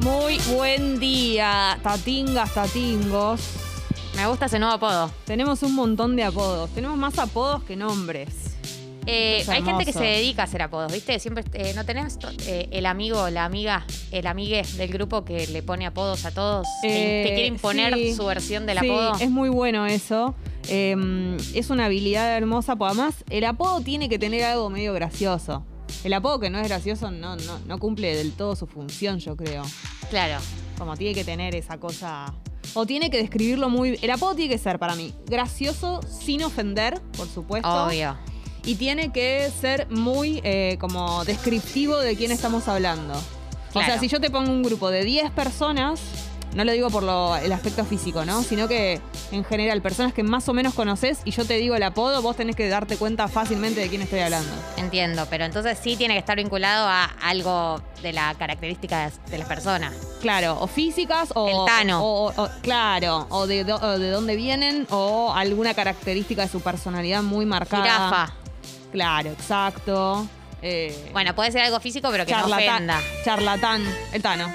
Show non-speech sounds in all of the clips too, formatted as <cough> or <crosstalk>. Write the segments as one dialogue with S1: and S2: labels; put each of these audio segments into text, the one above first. S1: Muy buen día, tatingas, tatingos.
S2: Me gusta ese nuevo apodo.
S1: Tenemos un montón de apodos. Tenemos más apodos que nombres.
S2: Eh,
S1: Esto es
S2: hay gente que
S1: hermoso.
S2: se dedica a hacer apodos, ¿viste? Siempre eh, no tenés to- eh, el amigo, la amiga, el amigue del grupo que le pone apodos a todos, que,
S1: Eh,
S2: que quiere imponer
S1: sí.
S2: su versión del
S1: sí,
S2: apodo.
S1: es muy bueno eso. Eh, es una habilidad hermosa. porque Además, el apodo tiene que tener algo medio gracioso. El apodo que no es gracioso no, no, no cumple del todo su función, yo creo.
S2: Claro.
S1: Como tiene que tener esa cosa. O tiene que describirlo muy. El apodo tiene que ser, para mí, gracioso sin ofender, por supuesto.
S2: Obvio.
S1: y tiene que ser muy eh, como descriptivo de quién estamos hablando. O
S2: Claro.
S1: sea, si yo te pongo un grupo de 10 personas, no lo digo por lo- el aspecto físico, ¿no? Sino que en general, personas que más o menos conoces y yo te digo el apodo, vos tenés que darte cuenta fácilmente de quién estoy hablando.
S2: Entiendo, pero entonces sí tiene que estar vinculado a algo de la característica de- de las personas.
S1: Claro, o físicas o...
S2: El Tano.
S1: o- o- o- claro, o de, do- o de dónde vienen o alguna característica de su personalidad muy marcada.
S2: Jirafa.
S1: Claro, exacto. Eh,
S2: Bueno, puede ser algo físico, pero que no
S1: charlatán,
S2: ofenda.
S1: charlatán, el Tano.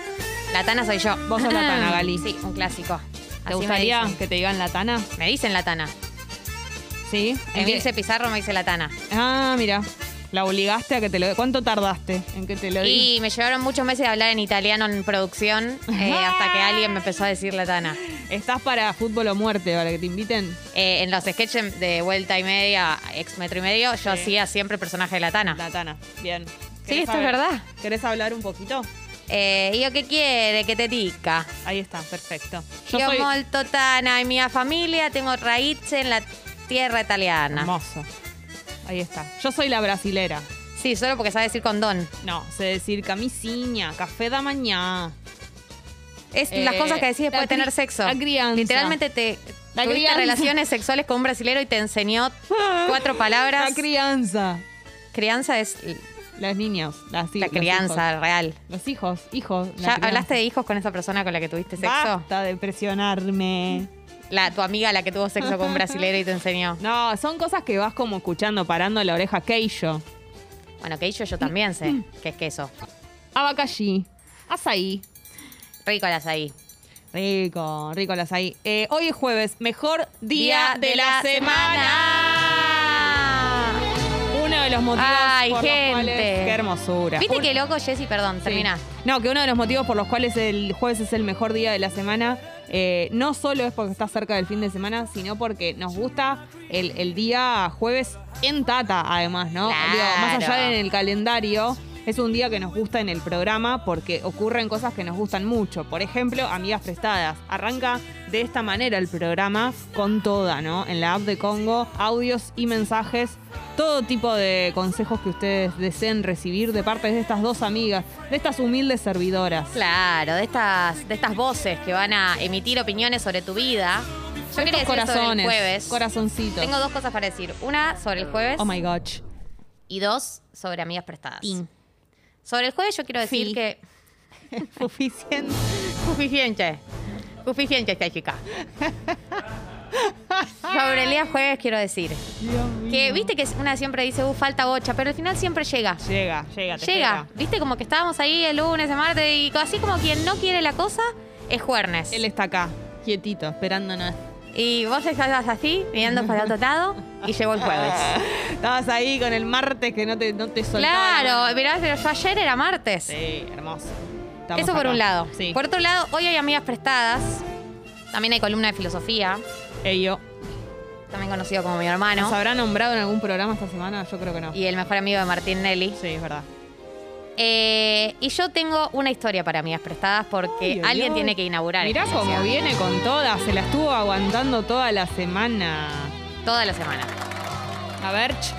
S2: La tana soy yo.
S1: Vos sos la
S2: <clears throat>
S1: tana, Gali.
S2: Sí, un clásico.
S1: ¿Te
S2: Así
S1: gustaría
S2: Me dicen.
S1: que te digan la tana?
S2: Me dicen la tana.
S1: Sí.
S2: Emilce Pizarro me dice la tana.
S1: Ah, mira. La obligaste a que te lo ¿Cuánto tardaste en que te lo diga?
S2: Y me llevaron muchos meses de hablar en italiano en producción eh, hasta que alguien me empezó a decir la tana.
S1: ¿Estás para fútbol o muerte, para que te inviten?
S2: Eh, en los sketches de vuelta y media, ex metro y medio, yo
S1: Sí.
S2: hacía siempre el personaje de la tana.
S1: La tana. Bien.
S2: Ah. Sí,
S1: ¿Querés
S2: esto es
S1: hablar-
S2: verdad.
S1: ¿Querés hablar un poquito?
S2: Eh, ¿Yo qué quiere? ¿Qué te dica?
S1: Ahí está, perfecto.
S2: Yo, molto tana en mi familia, tengo raíz en la tierra italiana.
S1: hermoso. Ahí está. Yo soy la brasilera.
S2: Sí, solo porque sabe decir condón.
S1: No, sé decir camisinha, café da mañana.
S2: Es
S1: Eh,
S2: las cosas que decís
S1: la
S2: después de
S1: cri-
S2: tener sexo.
S1: la crianza.
S2: Literalmente te
S1: La
S2: tuviste
S1: crianza.
S2: relaciones sexuales con un brasilero y te enseñó cuatro
S1: <laughs> La
S2: palabras.
S1: crianza.
S2: crianza es l-
S1: Las niñas. Las,
S2: la
S1: los
S2: crianza real.
S1: hijos. Los hijos, hijos. la
S2: ¿Ya
S1: crianza.
S2: hablaste de hijos con esa persona con la que tuviste sexo?
S1: Basta de presionarme.
S2: La, tu amiga la que tuvo
S1: <laughs>
S2: sexo con un brasilero y te enseñó.
S1: No, son cosas que vas como escuchando, parando la oreja. Keijo.
S2: Bueno, que yo, yo también sé que es queso.
S1: Abacashi. Azaí.
S2: Rico las ahí.
S1: Rico, rico el azaí. Eh, hoy es jueves, mejor día, de, la, semana.
S2: semana.
S1: Uno de los motivos
S2: Ay,
S1: por
S2: gente.
S1: los cuales... Qué hermosura.
S2: ¿Viste
S1: Un-
S2: qué loco, Jessy? Perdón,
S1: Sí.
S2: termina.
S1: No, que uno de los motivos por los cuales el jueves es el mejor día de la semana, eh, no solo es porque está cerca del fin de semana, sino porque nos gusta el, el día jueves en Tata, además, ¿no?
S2: Claro.
S1: más allá de en el calendario. Es un día que nos gusta en el programa porque ocurren cosas que nos gustan mucho. Por ejemplo, Amigas Prestadas. Arranca de esta manera el programa con toda, ¿no? En la app de Congo, audios y mensajes, todo tipo de consejos que ustedes deseen recibir de parte de estas dos amigas, de estas humildes servidoras.
S2: Claro, de estas, de estas voces que van a emitir opiniones sobre tu vida. Yo quería
S1: Estos
S2: decir sobre
S1: corazones,
S2: el jueves.
S1: corazoncitos.
S2: Tengo dos cosas para decir. Una sobre el jueves
S1: Oh my gosh.
S2: y dos sobre amigas prestadas.
S1: Pin.
S2: Sobre el jueves yo quiero decir
S1: Sí.
S2: que...
S1: <laughs> Suficiente.
S2: Suficiente. Suficiente esta chica. sobre el día jueves quiero decir que, viste que una siempre dice, uh, falta bocha, pero al final siempre llega.
S1: Llega, llega, te
S2: Llega.
S1: espera.
S2: Viste como que estábamos ahí el lunes, el martes y así como quien no quiere la cosa es jueves.
S1: Él está acá, quietito, esperándonos.
S2: Y vos estabas así, mirando para el otro lado, y llegó el jueves.
S1: Estabas ahí con el martes que no te, no te soltaba.
S2: Claro, mirá, pero yo ayer era martes.
S1: Sí, hermoso. Estamos
S2: Eso por
S1: acá.
S2: un lado.
S1: Sí.
S2: Por otro lado, hoy hay amigas prestadas. También hay columna de filosofía,
S1: Ello.
S2: también conocido como mi hermano.
S1: ¿Nos habrá nombrado en algún programa esta semana? Yo creo que no.
S2: Y el mejor amigo de Martín Nelly.
S1: Sí, es verdad.
S2: Eh, y yo tengo una historia para amigas prestadas porque
S1: Ay, ay,
S2: alguien
S1: ay.
S2: tiene que inaugurar.
S1: Mirá
S2: esta
S1: cómo
S2: sección.
S1: viene con todas. Se la estuvo aguantando toda la semana.
S2: Toda la semana.
S1: A ver. ch-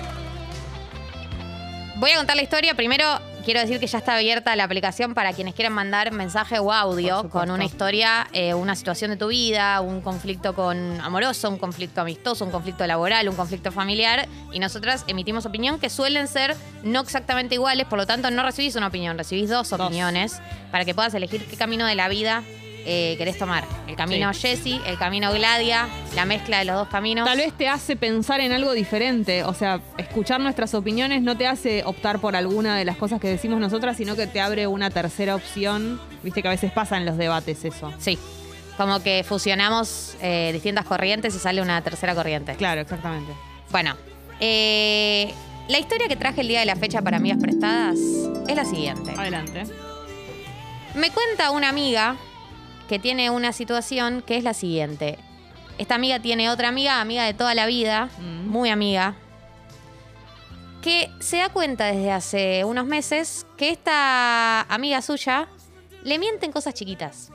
S2: Voy a contar la historia. Primero, quiero decir que ya está abierta la aplicación para quienes quieran mandar mensaje o
S1: Por
S2: audio
S1: supuesto.
S2: con una historia, eh, una situación de tu vida, un conflicto con amoroso, un conflicto amistoso, un conflicto laboral, un conflicto familiar. Y nosotras emitimos opinión que suelen ser no exactamente iguales, por lo tanto no recibís una opinión, recibís dos,
S1: Dos.
S2: opiniones para que puedas elegir qué camino de la vida eh, querés tomar. El camino Jessy, el camino Gladia, la mezcla de los dos caminos.
S1: Tal vez te hace pensar en algo diferente. O sea, escuchar nuestras opiniones no te hace optar por alguna de las cosas que decimos nosotras, sino que te abre una tercera opción Viste que a veces pasa en los debates eso.
S2: Sí. Como que fusionamos eh, distintas corrientes y sale una tercera corriente.
S1: Claro, exactamente.
S2: Bueno, eh, la historia que traje el día de la fecha para amigas prestadas es la siguiente.
S1: Adelante.
S2: Me cuenta una amiga que tiene una situación que es la siguiente. Esta amiga tiene otra amiga, amiga de toda la vida,
S1: Mm.
S2: muy amiga, que se da cuenta desde hace unos meses que esta amiga suya le miente en cosas chiquitas.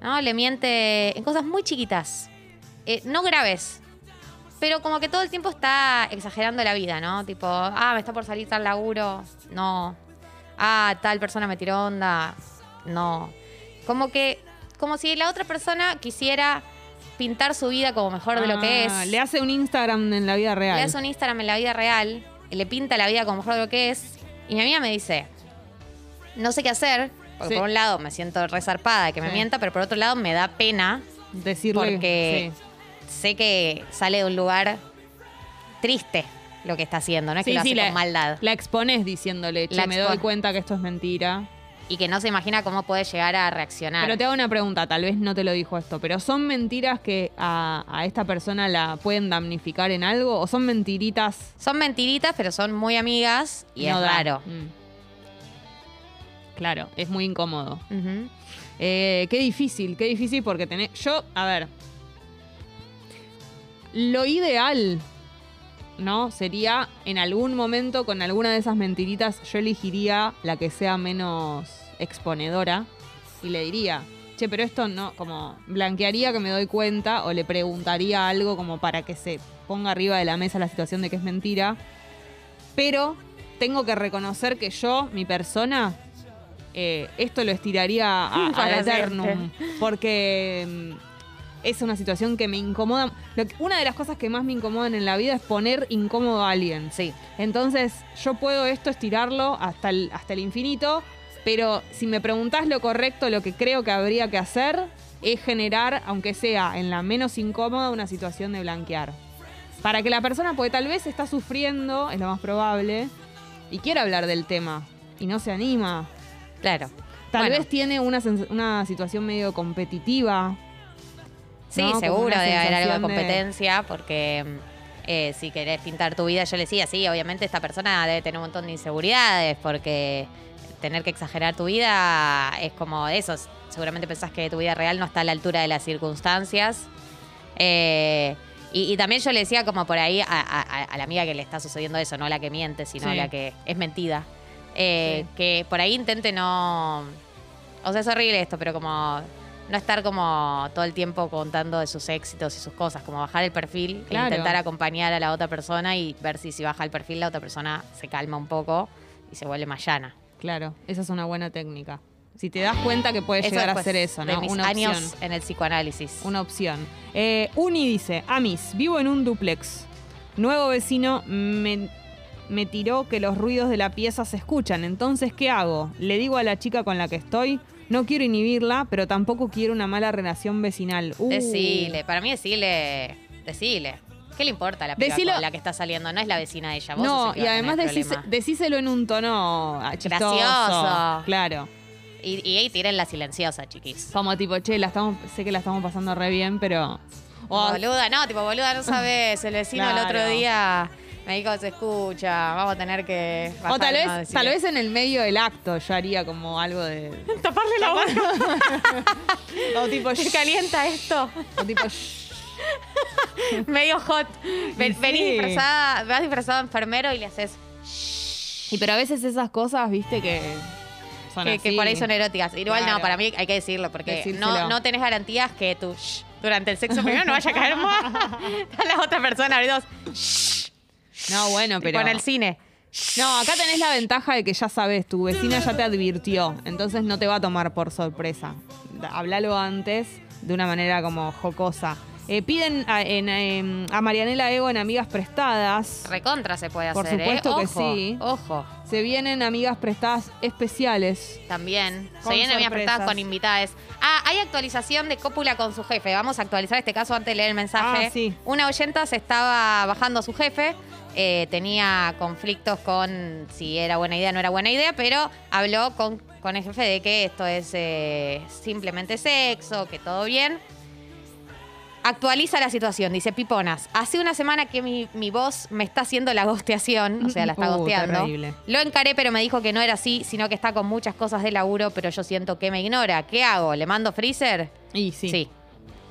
S2: ¿no? Le miente en cosas muy chiquitas, eh, no graves. Pero como que todo el tiempo está exagerando la vida, ¿no? Tipo, ah, me está por salir tal laburo. No. Ah, tal persona me tiró onda. No. Como que, como si la otra persona quisiera pintar su vida como mejor de lo que
S1: Ah,
S2: es.
S1: Le hace un Instagram en la vida real.
S2: Le hace un Instagram en la vida real, le pinta la vida como mejor de lo que es. Y mi amiga me dice, no sé qué hacer, porque
S1: Sí.
S2: por un lado me siento resarpada de que me
S1: Sí.
S2: mienta, pero por otro lado me da pena.
S1: Decirle.
S2: Porque-
S1: sí.
S2: Sé que sale de un lugar triste lo que está haciendo, no es
S1: Sí,
S2: que lo
S1: sí,
S2: hace con maldad.
S1: La expones diciéndole, che,
S2: La
S1: me doy
S2: expones.
S1: cuenta que esto es mentira.
S2: Y que no se imagina cómo puede llegar a reaccionar.
S1: Pero te hago una pregunta, tal vez no te lo dijo esto, pero ¿son mentiras que a, a esta persona la pueden damnificar en algo? ¿O son mentiritas?
S2: Son mentiritas, pero son muy amigas y
S1: No
S2: es
S1: da.
S2: raro.
S1: Mm. Claro, es muy incómodo.
S2: Ujú.
S1: Eh, qué difícil, qué difícil porque tenés. Yo, a ver. Lo ideal, ¿no? Sería en algún momento con alguna de esas mentiritas, yo elegiría la que sea menos exponedora y le diría, che, pero esto no, como blanquearía que me doy cuenta o le preguntaría algo como para que se ponga arriba de la mesa la situación de que es mentira. Pero tengo que reconocer que yo, mi persona, eh, esto lo estiraría a, a
S2: Para
S1: eternum. Porque mm, es una situación que me incomoda. Lo que- una de las cosas que más me incomodan en la vida es poner incómodo a alguien.
S2: Sí.
S1: Entonces, yo puedo esto estirarlo hasta el, hasta el infinito, pero si me preguntás lo correcto, lo que creo que habría que hacer es generar, aunque sea en la menos incómoda, una situación de blanquear. Para que la persona, porque tal vez está sufriendo, es lo más probable, y quiere hablar del tema, y no se anima.
S2: Claro.
S1: Tal
S2: Bueno.
S1: vez tiene una, sens- una situación medio competitiva.
S2: Sí,
S1: ¿no? Como
S2: seguro
S1: una
S2: debe haber algo de
S1: sensación
S2: competencia, porque eh, si querés pintar tu vida, yo le decía, sí, obviamente esta persona debe tener un montón de inseguridades, porque tener que exagerar tu vida es como eso. Seguramente pensás que tu vida real no está a la altura de las circunstancias. Eh, y, y también yo le decía como por ahí a, a- a la amiga que le está sucediendo eso, no la que miente, sino
S1: Sí.
S2: la que es mentida, eh,
S1: Sí.
S2: que por ahí intente no... O sea, es horrible esto, pero como no estar como todo el tiempo contando de sus éxitos y sus cosas, como bajar el perfil, e
S1: Claro.
S2: intentar acompañar a la otra persona y ver si si baja el perfil la otra persona se calma un poco y se vuelve más llana.
S1: Claro, esa es una buena técnica. Si te das cuenta que puedes
S2: Eso
S1: llegar a
S2: después
S1: hacer eso,
S2: De
S1: ¿no?
S2: mis
S1: Una
S2: años
S1: opción.
S2: en el psicoanálisis.
S1: Una opción. Eh, Uni dice, Amis, vivo en un duplex. Nuevo vecino me, me tiró que los ruidos de la pieza se escuchan. Entonces, ¿qué hago? Le digo a la chica con la que estoy, no quiero inhibirla, pero tampoco quiero una mala relación vecinal. Uh.
S2: Decile, para mí decile, decile. ¿Qué le importa a la piba
S1: Decilo-
S2: con la que está saliendo? No es la vecina de ella. Vos sos
S1: No,
S2: el que
S1: y
S2: va a
S1: además
S2: tener
S1: decís-
S2: problema.
S1: decíselo en un tono ah, chistoso.
S2: Gracioso.
S1: Claro.
S2: Y, y ahí tiren la silenciosa, chiquis.
S1: Como tipo, che, la estamos, sé que la estamos pasando re bien, pero... oh, o-
S2: Boluda, no, tipo, boluda, no sabes. El vecino el otro
S1: Claro.
S2: día me dijo, se escucha, vamos a tener que...
S1: o
S2: bajar,
S1: tal
S2: ¿no?
S1: vez,
S2: Decirle.
S1: tal vez en el medio del acto yo haría como algo de...
S2: <laughs> Taparle la boca.
S1: O tipo,
S2: ¿Te
S1: "Shh",
S2: calienta <laughs> esto?
S1: o tipo, "Shh".
S2: Medio hot. Ven-
S1: Sí.
S2: Venís disfrazada, vas disfrazado de enfermero y le haces...
S1: Y pero a veces esas cosas, viste, que son
S2: Que,
S1: así.
S2: que por ahí son eróticas. Igual
S1: Claro.
S2: no, para mí hay que decirlo, porque
S1: Decírselo.
S2: no, no tenés garantías que tú shh, durante el sexo primero no vaya a
S1: <laughs>
S2: caer más. a la otra persona, a dos.
S1: No, bueno, pero...
S2: Con el cine.
S1: No, acá tenés la ventaja de que ya sabes, tu vecina ya te advirtió, entonces no te va a tomar por sorpresa. Da- Hablalo antes de una manera como jocosa. Eh, piden a, en, em, a Marianela Ego en Amigas Prestadas.
S2: Recontra se puede hacer,
S1: Por
S2: ¿eh?
S1: supuesto que
S2: Ojo,
S1: sí.
S2: Ojo,
S1: Se vienen Amigas Prestadas especiales.
S2: también. Se
S1: Con
S2: vienen bien apretadas
S1: sorpresas.
S2: con invitadas. Ah, hay actualización de cópula con su jefe. Vamos a actualizar este caso antes de leer el mensaje.
S1: Ah, sí.
S2: Una oyenta se estaba bajando a su jefe eh, tenía conflictos con si era buena idea o no era buena idea, pero habló con, con el jefe de que esto es eh, simplemente sexo, que todo bien. Actualiza la situación, dice Piponas. Hace una semana que mi, mi voz me está haciendo la <laughs> gosteación, o sea, la está
S1: Uh,
S2: gosteando.
S1: terrible.
S2: Lo encaré, pero me dijo que no era así, sino que está con muchas cosas de laburo, pero yo siento que me ignora. ¿Qué hago? ¿Le mando freezer?
S1: Y sí.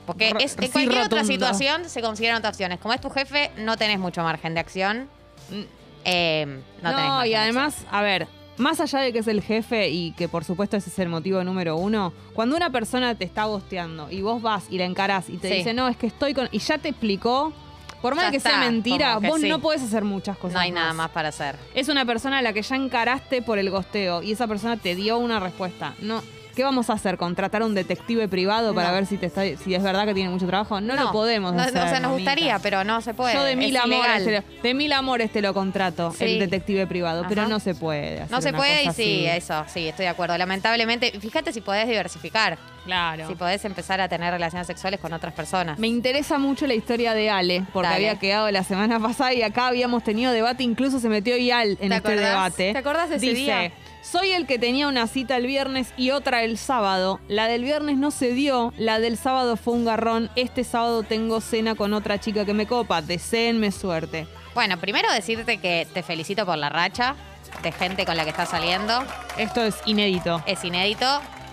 S2: Porque
S1: Ra-
S2: es, en
S1: sí,
S2: cualquier otra
S1: rotundo.
S2: situación se consideran otras opciones. Como es tu jefe, no tenés mucho margen de acción.
S1: Mm.
S2: Eh, no,
S1: No,
S2: tenés margen
S1: y
S2: de
S1: además, a ver, más allá de que es el jefe y que por supuesto ese es el motivo número uno, cuando una persona te está gosteando y vos vas y la encarás y te
S2: Sí.
S1: dice, no, es que estoy con. y ya te explicó, por más
S2: Ya
S1: de que sea
S2: está,
S1: mentira,
S2: como que
S1: vos
S2: sí.
S1: no podés hacer muchas
S2: acción.
S1: cosas.
S2: No hay nada más para hacer.
S1: Es una persona a la que ya encaraste por el gosteo y esa persona te dio una respuesta. No. ¿Qué vamos a hacer? ¿Contratar a un detective privado para
S2: No.
S1: ver si te está, si es verdad que tiene mucho trabajo? No, lo podemos
S2: no,
S1: hacer.
S2: O sea, nos
S1: mamita.
S2: gustaría, pero no se puede.
S1: Yo de mil,
S2: Es
S1: amores
S2: ilegal.
S1: te lo, de mil amores te lo contrato,
S2: Sí.
S1: el detective privado, pero
S2: Ajá.
S1: no se puede. hacer
S2: No se
S1: una
S2: puede y sí,
S1: cosa así.
S2: eso, sí, estoy de acuerdo. Lamentablemente, fíjate si podés diversificar,
S1: Claro.
S2: si podés empezar a tener relaciones sexuales con otras personas.
S1: Me interesa mucho la historia de Ale, porque
S2: Dale.
S1: había quedado la semana pasada y acá habíamos tenido debate, incluso se metió Ial en
S2: ¿Te
S1: este
S2: acordás?
S1: debate.
S2: ¿Te acordás de ese
S1: Dice,
S2: día?
S1: Soy el que tenía una cita el viernes y otra el sábado. La del viernes no se dio, la del sábado fue un garrón. Este sábado tengo cena con otra chica que me copa. Deseenme suerte.
S2: Bueno, primero decirte que te felicito por la racha de gente con la que estás saliendo.
S1: Esto es inédito.
S2: Es inédito.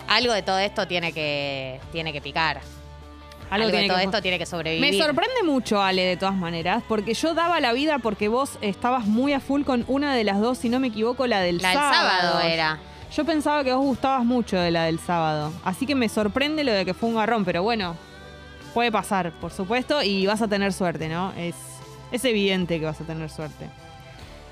S2: Algo de todo esto tiene que, tiene que picar. Algo,
S1: Algo,
S2: de
S1: tiene
S2: todo
S1: que
S2: esto tiene que sobrevivir.
S1: Me sorprende mucho, Ale, de todas maneras, porque yo daba la vida porque vos estabas muy a full con una de las dos, si no me equivoco, la del
S2: La del
S1: sábado.
S2: sábado era.
S1: Yo pensaba que vos gustabas mucho de la del sábado. Así que me sorprende lo de que fue un garrón, pero bueno, puede pasar, por supuesto, y vas a tener suerte, ¿no? Es, es evidente que vas a tener suerte.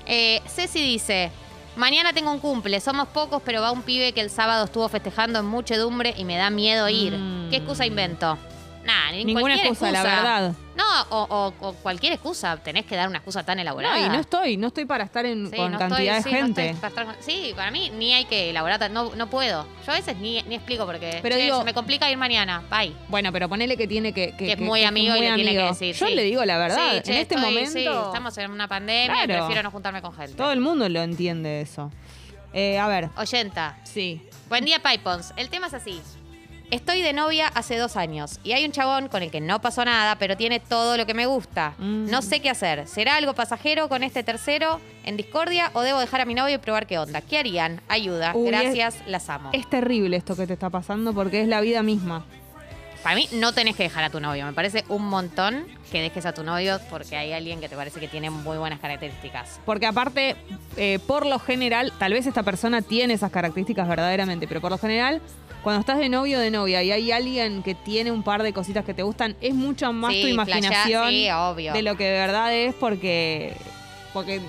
S2: Eh, Ceci dice: Mañana tengo un cumple, somos pocos, pero va un pibe que el sábado estuvo festejando en muchedumbre y me da miedo ir.
S1: Mm.
S2: ¿Qué excusa invento? Nah, ni-
S1: Ninguna
S2: cualquier
S1: excusa, la verdad.
S2: No, o, o- o cualquier excusa. Tenés que dar una excusa tan
S1: No,
S2: elaborada.
S1: y no estoy, no estoy para estar en,
S2: Sí,
S1: con
S2: no
S1: cantidad
S2: estoy-
S1: de
S2: sí, no
S1: gente.
S2: estoy para estar con- sí, para mí ni hay que elaborar, tan- no, no puedo. Yo a veces ni, ni explico porque
S1: Pero
S2: che,
S1: digo-
S2: se me complica ir mañana. Bye.
S1: Bueno, pero ponele que tiene que.
S2: Que es muy amigo y le tiene que decir,
S1: Yo
S2: sí.
S1: le digo la verdad.
S2: Sí, che,
S1: en este
S2: estoy-
S1: momento.
S2: sí, estamos en una pandemia, y
S1: Claro.
S2: prefiero no juntarme con gente.
S1: Todo el mundo lo entiende eso. Eh, a ver.
S2: Oyenta.
S1: Sí.
S2: Buen día, Pipons. El tema es así. Estoy de novia hace dos años y hay un chabón con el que no pasó nada, pero tiene todo lo que me gusta.
S1: Mm.
S2: No sé qué hacer. ¿Será algo pasajero con este tercero en discordia o debo dejar a mi novio y probar qué onda? ¿Qué harían? Ayuda.
S1: Uy, es-
S2: Gracias, las amo.
S1: Es terrible esto que te está pasando porque es la vida misma.
S2: Para mí no tenés que dejar a tu novio. Me parece un montón que dejes a tu novio porque hay alguien que te parece que tiene muy buenas características.
S1: Porque aparte, eh, por lo general, tal vez esta persona tiene esas características verdaderamente, pero por lo general, cuando estás de novio o de novia y hay alguien que tiene un par de cositas que te gustan, es mucho más
S2: Sí,
S1: tu
S2: flashea-
S1: imaginación
S2: sí, obvio.
S1: de lo que de verdad es porque, porque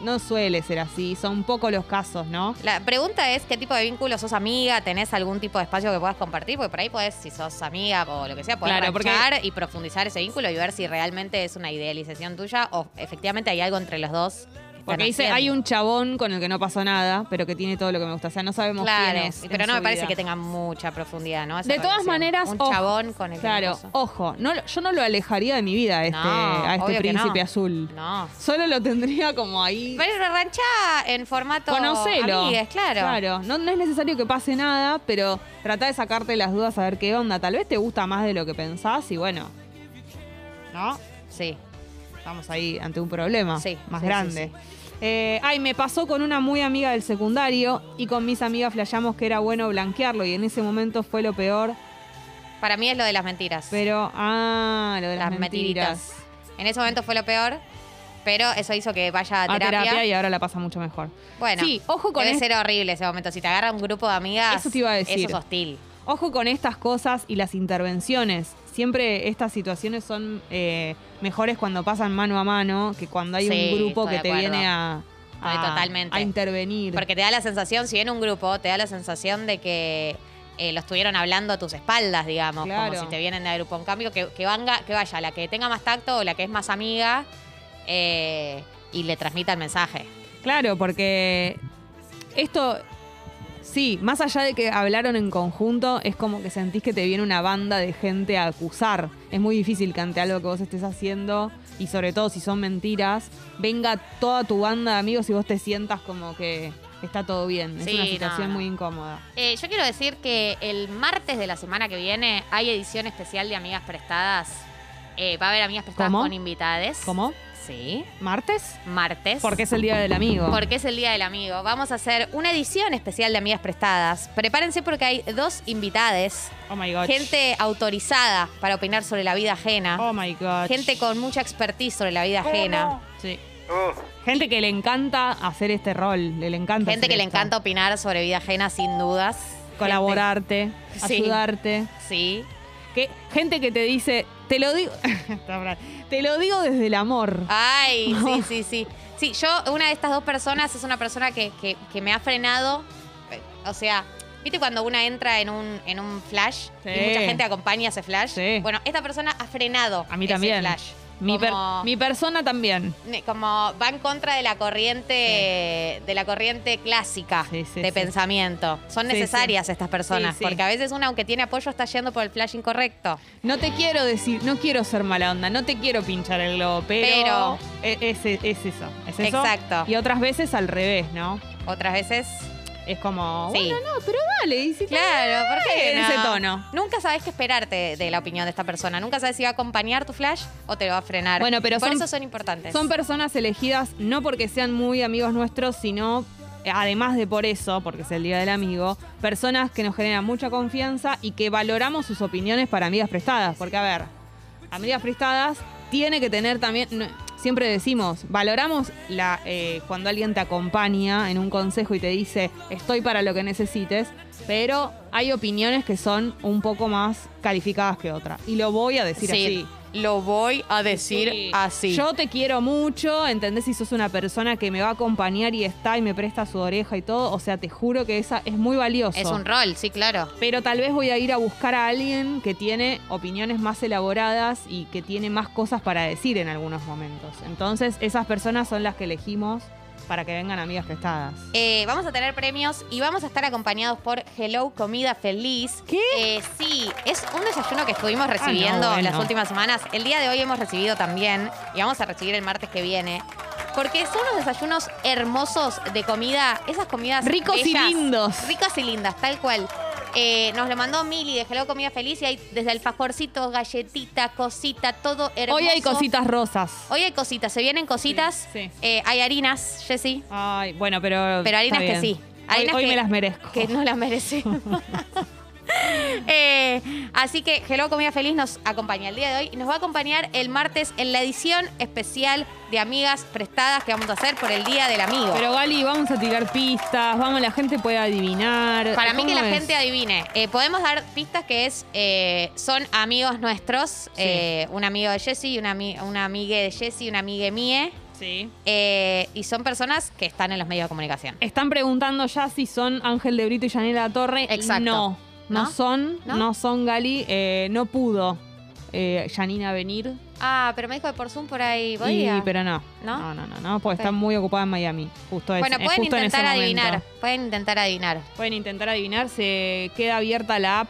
S1: no suele ser así. Son pocos los casos, ¿no?
S2: La pregunta es qué tipo de vínculo sos amiga, tenés algún tipo de espacio que puedas compartir, porque por ahí podés, si sos amiga o lo que sea, podés
S1: Claro, porque-
S2: ranchar y profundizar ese vínculo y ver si realmente es una idealización tuya o efectivamente hay algo entre los dos. que están
S1: Porque dice,
S2: haciendo.
S1: hay un chabón con el que no pasó nada, pero que tiene todo lo que me gusta. O sea, no sabemos
S2: Claro,
S1: quién es. en
S2: pero no
S1: su
S2: me parece
S1: vida.
S2: que tenga mucha profundidad, ¿no? Esa
S1: De todas
S2: relación.
S1: maneras,
S2: Un
S1: ojo.
S2: chabón con el que
S1: Claro,
S2: pasó.
S1: ojo, no, lo- yo no lo alejaría de mi vida a este,
S2: No,
S1: a este
S2: obvio que
S1: príncipe
S2: no.
S1: azul.
S2: No.
S1: Solo lo tendría como ahí.
S2: Pero rancha en formato
S1: Conocelo.
S2: amigues, claro.
S1: Claro, no, no es necesario que pase nada, pero trata de sacarte las dudas a ver qué onda. Tal vez te gusta más de lo que pensás y bueno. ¿No?
S2: Sí.
S1: Estamos ahí ante un problema
S2: Sí,
S1: más
S2: sí,
S1: grande. Eh, ay, me pasó con una muy amiga del secundario y con mis amigas flasheamos que era bueno blanquearlo y en ese momento fue lo peor,
S2: Para mí es lo de las mentiras.
S1: pero ah, lo de las,
S2: las
S1: mentiras.
S2: mentiritas. En ese momento fue lo peor, pero eso hizo que vaya a
S1: A
S2: terapia.
S1: terapia y ahora la pasa mucho mejor.
S2: Bueno,
S1: Sí, ojo con
S2: debe
S1: este-
S2: ser horrible ese momento. Si te agarra un grupo de amigas,
S1: Eso te iba a decir.
S2: eso es hostil.
S1: Ojo con estas cosas y las intervenciones. Siempre estas situaciones son eh, mejores cuando pasan mano a mano que cuando hay
S2: Sí,
S1: un grupo que
S2: estoy de
S1: te
S2: acuerdo.
S1: viene a, a-
S2: Estoy totalmente.
S1: a intervenir.
S2: Porque te da la sensación, si viene un grupo, te da la sensación de que eh, lo estuvieron hablando a tus espaldas, digamos,
S1: Claro.
S2: como si te vienen de grupo. En cambio, que, que vanga- que vaya la que tenga más tacto o la que es más amiga eh, y le transmita el mensaje.
S1: Claro, porque esto Sí, más allá de que hablaron en conjunto, es como que sentís que te viene una banda de gente a acusar. Es muy difícil que ante algo que vos estés haciendo, y sobre todo si son mentiras, venga toda tu banda de amigos y vos te sientas como que está todo bien. Es
S2: Sí,
S1: una situación
S2: no, no.
S1: muy incómoda.
S2: Eh, yo quiero decir que el martes de la semana que viene hay edición especial de Amigas Prestadas. Eh, va a haber Amigas Prestadas
S1: ¿Cómo?
S2: con invitades.
S1: ¿Cómo?
S2: Sí.
S1: ¿Martes?
S2: Martes.
S1: Porque es el día del amigo.
S2: Porque es el Día del Amigo. Vamos a hacer una edición especial de Amigas Prestadas. Prepárense porque hay dos invitades.
S1: Oh my god.
S2: Gente autorizada para opinar sobre la vida ajena.
S1: Oh my god.
S2: Gente con mucha expertise sobre la vida ajena.
S1: Sí.
S3: Oh,
S1: Gente que le encanta hacer este rol, le, le encanta.
S2: Gente
S1: hacer
S2: que le
S1: esto.
S2: encanta opinar sobre vida ajena sin dudas.
S1: colaborarte,
S2: Sí.
S1: ayudarte.
S2: Gente- Sí.
S1: Que, gente que te dice, te lo <laughs> digo, te lo digo desde el amor. <laughs>
S2: Ay, sí, sí, sí. Sí, yo, una de estas dos personas es una persona que, que- que me ha frenado. Eh, O sea, ¿viste cuando una entra en un, en un flash
S1: Sí.
S2: y mucha gente acompaña ese flash?
S1: Sí.
S2: Bueno, esta persona ha frenado
S1: A mí
S2: ese
S1: también.
S2: flash.
S1: Mi, per-
S2: Como-
S1: mi persona también.
S2: Ne- como va en contra de la corriente de la corriente clásica
S1: Sí, sí,
S2: de
S1: sí.
S2: pensamiento. Son
S1: Sí,
S2: necesarias estas personas,
S1: Sí, sí.
S2: porque a veces uno, aunque tiene apoyo, está yendo por el flash incorrecto.
S1: No te quiero decir, no quiero ser mala onda, no te quiero pinchar el globo, pero, e- Es, es eso, es eso.
S2: Exacto.
S1: Y otras veces al revés, ¿no?
S2: Otras veces.
S1: Es como,
S2: Sí.
S1: bueno, no, pero dale, y si te-
S2: Claro, ¿por qué
S1: en
S2: no?
S1: ese tono.
S2: Nunca sabes qué esperarte de la opinión de esta persona. Nunca sabes si va a acompañar tu flash o te lo va a frenar.
S1: Bueno, pero
S2: por
S1: son-
S2: eso son importantes.
S1: Son personas elegidas no porque sean muy amigos nuestros, sino, eh, además de por eso, porque es el Día del Amigo, personas que nos generan mucha confianza y que valoramos sus opiniones para amigas prestadas. Porque, a ver, amigas prestadas tiene que tener también... no, Siempre decimos, valoramos la, eh, cuando alguien te acompaña en un consejo y te dice, estoy para lo que necesites, pero hay opiniones que son un poco más calificadas que otras. Y lo voy a decir así.
S2: Lo voy a
S1: Sí. Yo te quiero mucho, ¿entendés? Si sos una persona que me va a acompañar y está y me presta su oreja y todo, o sea, te juro que esa es muy valioso.
S2: es un rol, sí, claro.
S1: Pero tal vez voy a ir a buscar a alguien que tiene opiniones más elaboradas y que tiene más cosas para decir en algunos momentos. Entonces, esas personas son las que elegimos para que vengan amigas prestadas.
S2: Eh, vamos a tener premios y vamos a estar acompañados por Hello Comida Feliz.
S1: ¿Qué? Ah,
S2: Eh, sí, es un desayuno que estuvimos
S1: no,
S2: recibiendo en
S1: bueno.
S2: las últimas semanas. El día de hoy hemos recibido también y vamos a recibir el martes que viene. Porque son unos desayunos hermosos de comida, esas comidas
S1: Ricos y
S2: bellas,
S1: lindos.
S2: Ricas y lindas, tal cual. Eh, nos lo mandó Mili de Hello Comida Feliz y hay desde alfajorcito, galletita, cosita, todo hermoso.
S1: Hoy hay cositas rosas.
S2: Hoy hay cositas, se vienen cositas.
S1: Sí, sí.
S2: Eh, hay harinas, Jessy.
S1: Ay, bueno, pero.
S2: Pero harinas
S1: está
S2: que
S1: bien.
S2: sí. Harinas
S1: hoy hoy
S2: que-
S1: me las merezco.
S2: que no la merecemos. <laughs> Eh, así que Hello Comida Feliz nos acompaña el día de hoy y nos va a acompañar el martes en la edición especial de Amigas Prestadas que vamos a hacer por el Día del Amigo.
S1: Pero Gali, vamos a tirar pistas, vamos, la gente puede adivinar.
S2: Para mí que la
S1: ¿Cómo es?
S2: gente adivine. Eh, podemos dar pistas que es eh, son amigos nuestros, eh, un amigo de Jessy, una, ami- una amiga de Jessy, una amiga mía.
S1: Sí.
S2: eh, y son personas que están en los medios de comunicación.
S1: Están preguntando ya si son Ángel de Brito y Yanela Torre.
S2: Exacto.
S1: No, no,
S2: ¿No?
S1: son,
S2: ¿No?
S1: ¿No? son Gali, eh, no pudo eh, Janina venir.
S2: Ah, pero me dijo que por Zoom por ahí
S1: Y,
S2: podía.
S1: pero no.
S2: ¿No?
S1: no, no, no, no, porque
S2: Ok.
S1: está muy ocupada en Miami. Justo ese-
S2: bueno,
S1: eh,
S2: pueden
S1: justo en ese
S2: intentar
S1: momento.
S2: adivinar. Pueden intentar adivinar.
S1: Pueden intentar adivinar, se queda abierta la app.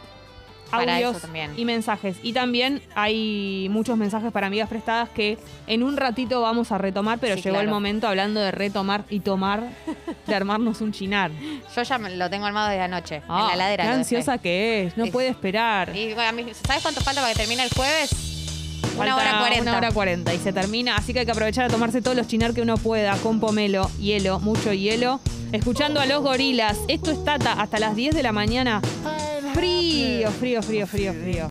S2: Para
S1: audios
S2: eso también.
S1: y mensajes. Y también hay muchos mensajes para amigas prestadas que en un ratito vamos a retomar, pero
S2: Sí,
S1: llegó el
S2: claro.
S1: momento hablando de retomar y
S2: <laughs>
S1: tomar, de armarnos un chinar.
S2: Yo ya me- lo tengo armado desde anoche, en
S1: Ah,
S2: la heladera.
S1: Qué
S2: lo dejé.
S1: ansiosa que es, no
S2: Sí.
S1: puede esperar.
S2: Y, bueno, a mí- ¿Sabes cuánto falta para que termine el jueves? una
S1: Falta
S2: hora cuarenta.
S1: Una hora cuarenta y se termina, así que hay que aprovechar a tomarse todos los chinar que uno pueda, con pomelo, hielo, mucho hielo. Escuchando a los gorilas, esto es Tata hasta las 10 de la mañana. Frío, frío, frío, frío, frío.